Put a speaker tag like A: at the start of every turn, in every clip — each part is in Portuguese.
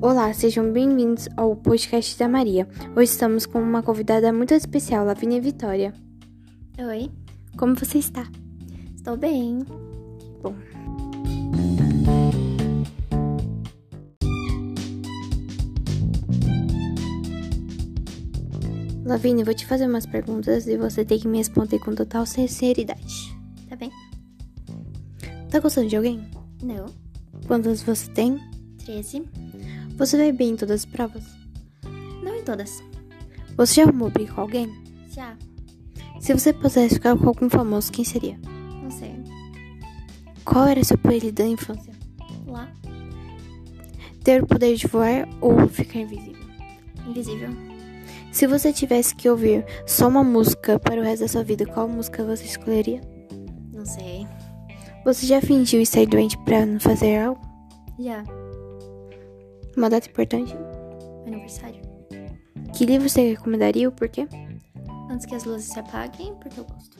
A: Olá, sejam bem-vindos ao podcast da Maria. Hoje estamos com uma convidada muito especial, Lavínia Vitória.
B: Oi,
A: Como você está?
B: estou bem.
A: Lavínia, eu vou te fazer umas perguntas e você tem que me responder com total sinceridade.
B: Tá bem?
A: Tá gostando de alguém?
B: Não.
A: Quantos você tem?
B: 13.
A: Você vai bem em todas as provas?
B: Não em todas.
A: Você já arrumou briga com alguém?
B: Já.
A: Se você pudesse ficar com algum famoso, quem seria?
B: Não sei.
A: Qual era seu apelido da infância?
B: Lá.
A: Ter o poder de voar ou ficar invisível?
B: Invisível.
A: Se você tivesse que ouvir só uma música para o resto da sua vida, qual música você escolheria?
B: Não sei.
A: Você já fingiu estar doente pra não fazer algo?
B: Já.
A: Uma data importante?
B: Aniversário.
A: Que livro você recomendaria e o porquê?
B: Antes que as luzes se apaguem, porque eu gosto.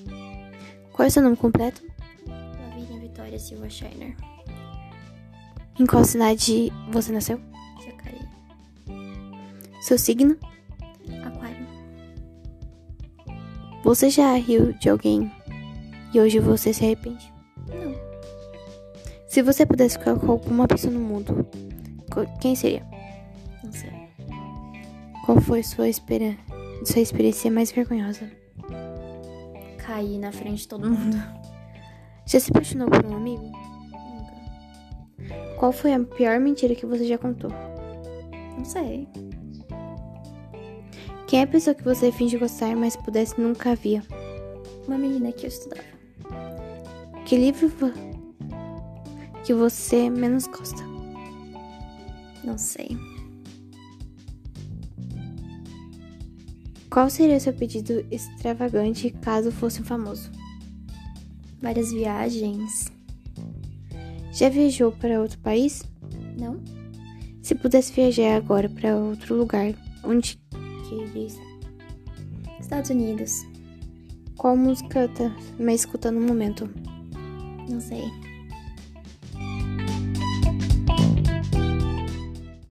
A: Qual é o seu nome completo?
B: Lavínia Vitória Silva Shiner.
A: Em qual cidade você nasceu?
B: Jacareí.
A: Seu signo?
B: Aquário.
A: Você já riu de alguém e hoje você se arrepende?
B: Não.
A: Se você pudesse ficar com alguma pessoa no mundo, co- quem seria?
B: Não sei.
A: Qual foi sua, espera- sua experiência mais vergonhosa?
B: Caí na frente de todo mundo.
A: Já se apaixonou por um amigo?
B: Nunca.
A: Qual foi a pior mentira que você já contou?
B: Não sei.
A: Quem é a pessoa que você finge gostar, mas pudesse nunca havia?
B: Uma menina que eu estudava.
A: Que livro vo- que você menos gosta?
B: Não sei.
A: Qual seria seu pedido extravagante caso fosse um famoso?
B: Várias viagens.
A: Já viajou para outro país?
B: Não?
A: Se pudesse viajar agora para outro lugar, onde queria estar?
B: Estados Unidos.
A: Qual música tá mais escutando no momento?
B: Não sei.